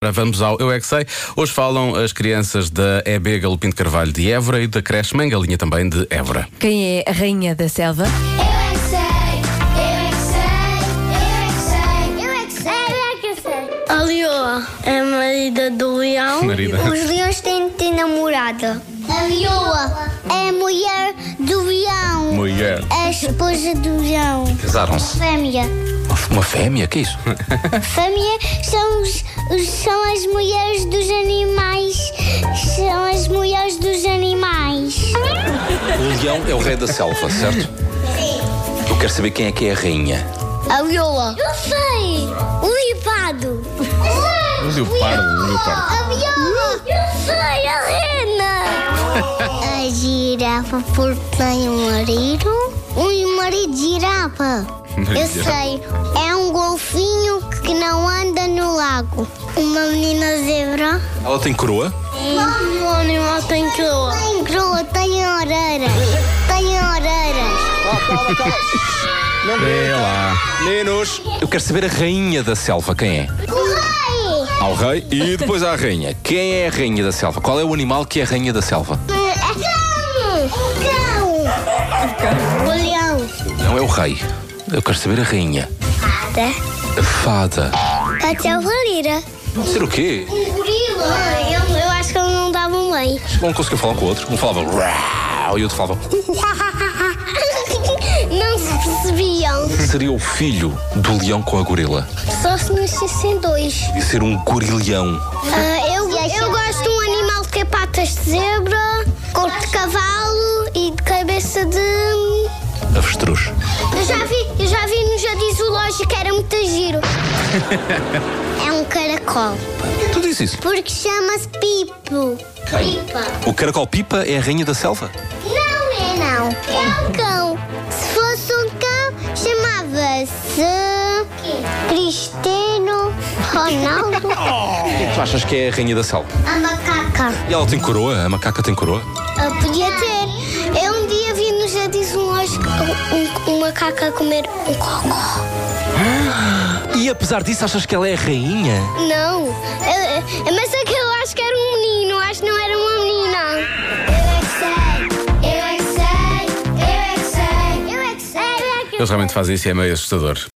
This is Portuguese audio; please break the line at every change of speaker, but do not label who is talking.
Agora vamos ao Eu É Que Sei. Hoje falam as crianças da EB Galopim de Carvalho de Évora e da creche Mangalinha também de Évora.
Quem é a rainha da selva?
Eu é que sei, eu é que sei, eu é que sei, eu é que sei, eu é que sei.
A leoa é a marida do leão.
Marida.
Os leões têm de ter namorada.
A leoa
é a mulher do leão.
Mulher.
A esposa do leão.
Casaram-se.
Fêmea.
Uma fêmea,
é
que isso?
Fêmea são, os- os- são as mulheres dos animais. São as mulheres dos animais.
O leão é o rei da selva, certo? Sim. Eu quero saber quem é que é a rainha.
A leoa. Eu sei. O leopardo.
O Um leopardo, o leopardo.
A viola! Eu sei, a rena! A girafa porque tem um marido. Um marido de girafa.
Marido
Eu
de girafa.
sei, é um golfinho que não anda no lago. Uma menina zebra.
Ela tem coroa?
Um animal tem croa. Tem croa, tem orelhas. Tem orelhas.
É lá.
Meninos! Eu quero saber a rainha da selva, quem é?
O rei!
Ao rei e depois à rainha. Quem é a rainha da selva? Qual é o animal que é a rainha da selva?
Cão! Cão! O leão.
Não é o rei. Eu quero saber a rainha. A fada.
Até o valira.
Pode ser o quê?
Um gorila. eu, eu acho que ele não dava um meio.
Um conseguiu falar com o outro. Um falava "Rau", e o outro falava. "Hum".
não se percebiam.
Seria o filho do leão com a gorila.
Só se nascessem dois.
E ser um gorilhão.
eu, eu gosto de um animal que é patas de zebra, cor de cavalo e de cabeça de.
Avestruz.
Eu já vi, eu já vi no jardim zoológico, era muito giro. é um caracol.
Tu disse isso.
Porque chama-se Pipo. Pipa.
O caracol pipa é a rainha da selva?
Não é não. É um cão. Se fosse um cão, chamava-se Cristiano Ronaldo.
Oh.
Tu achas que é a rainha da selva?
A macaca.
E ela tem coroa? A macaca tem coroa?
Ah, podia ter. Eu um dia vi no jardim zoológico um, um, um macaco a comer um cocó.
E apesar disso, achas que ela é a rainha?
Não. mas é que eu acho que era um menino. Acho que não era uma menina.
eu é que sei, eu é que sei, eu é que sei.
Eles realmente fazem isso e é meio assustador.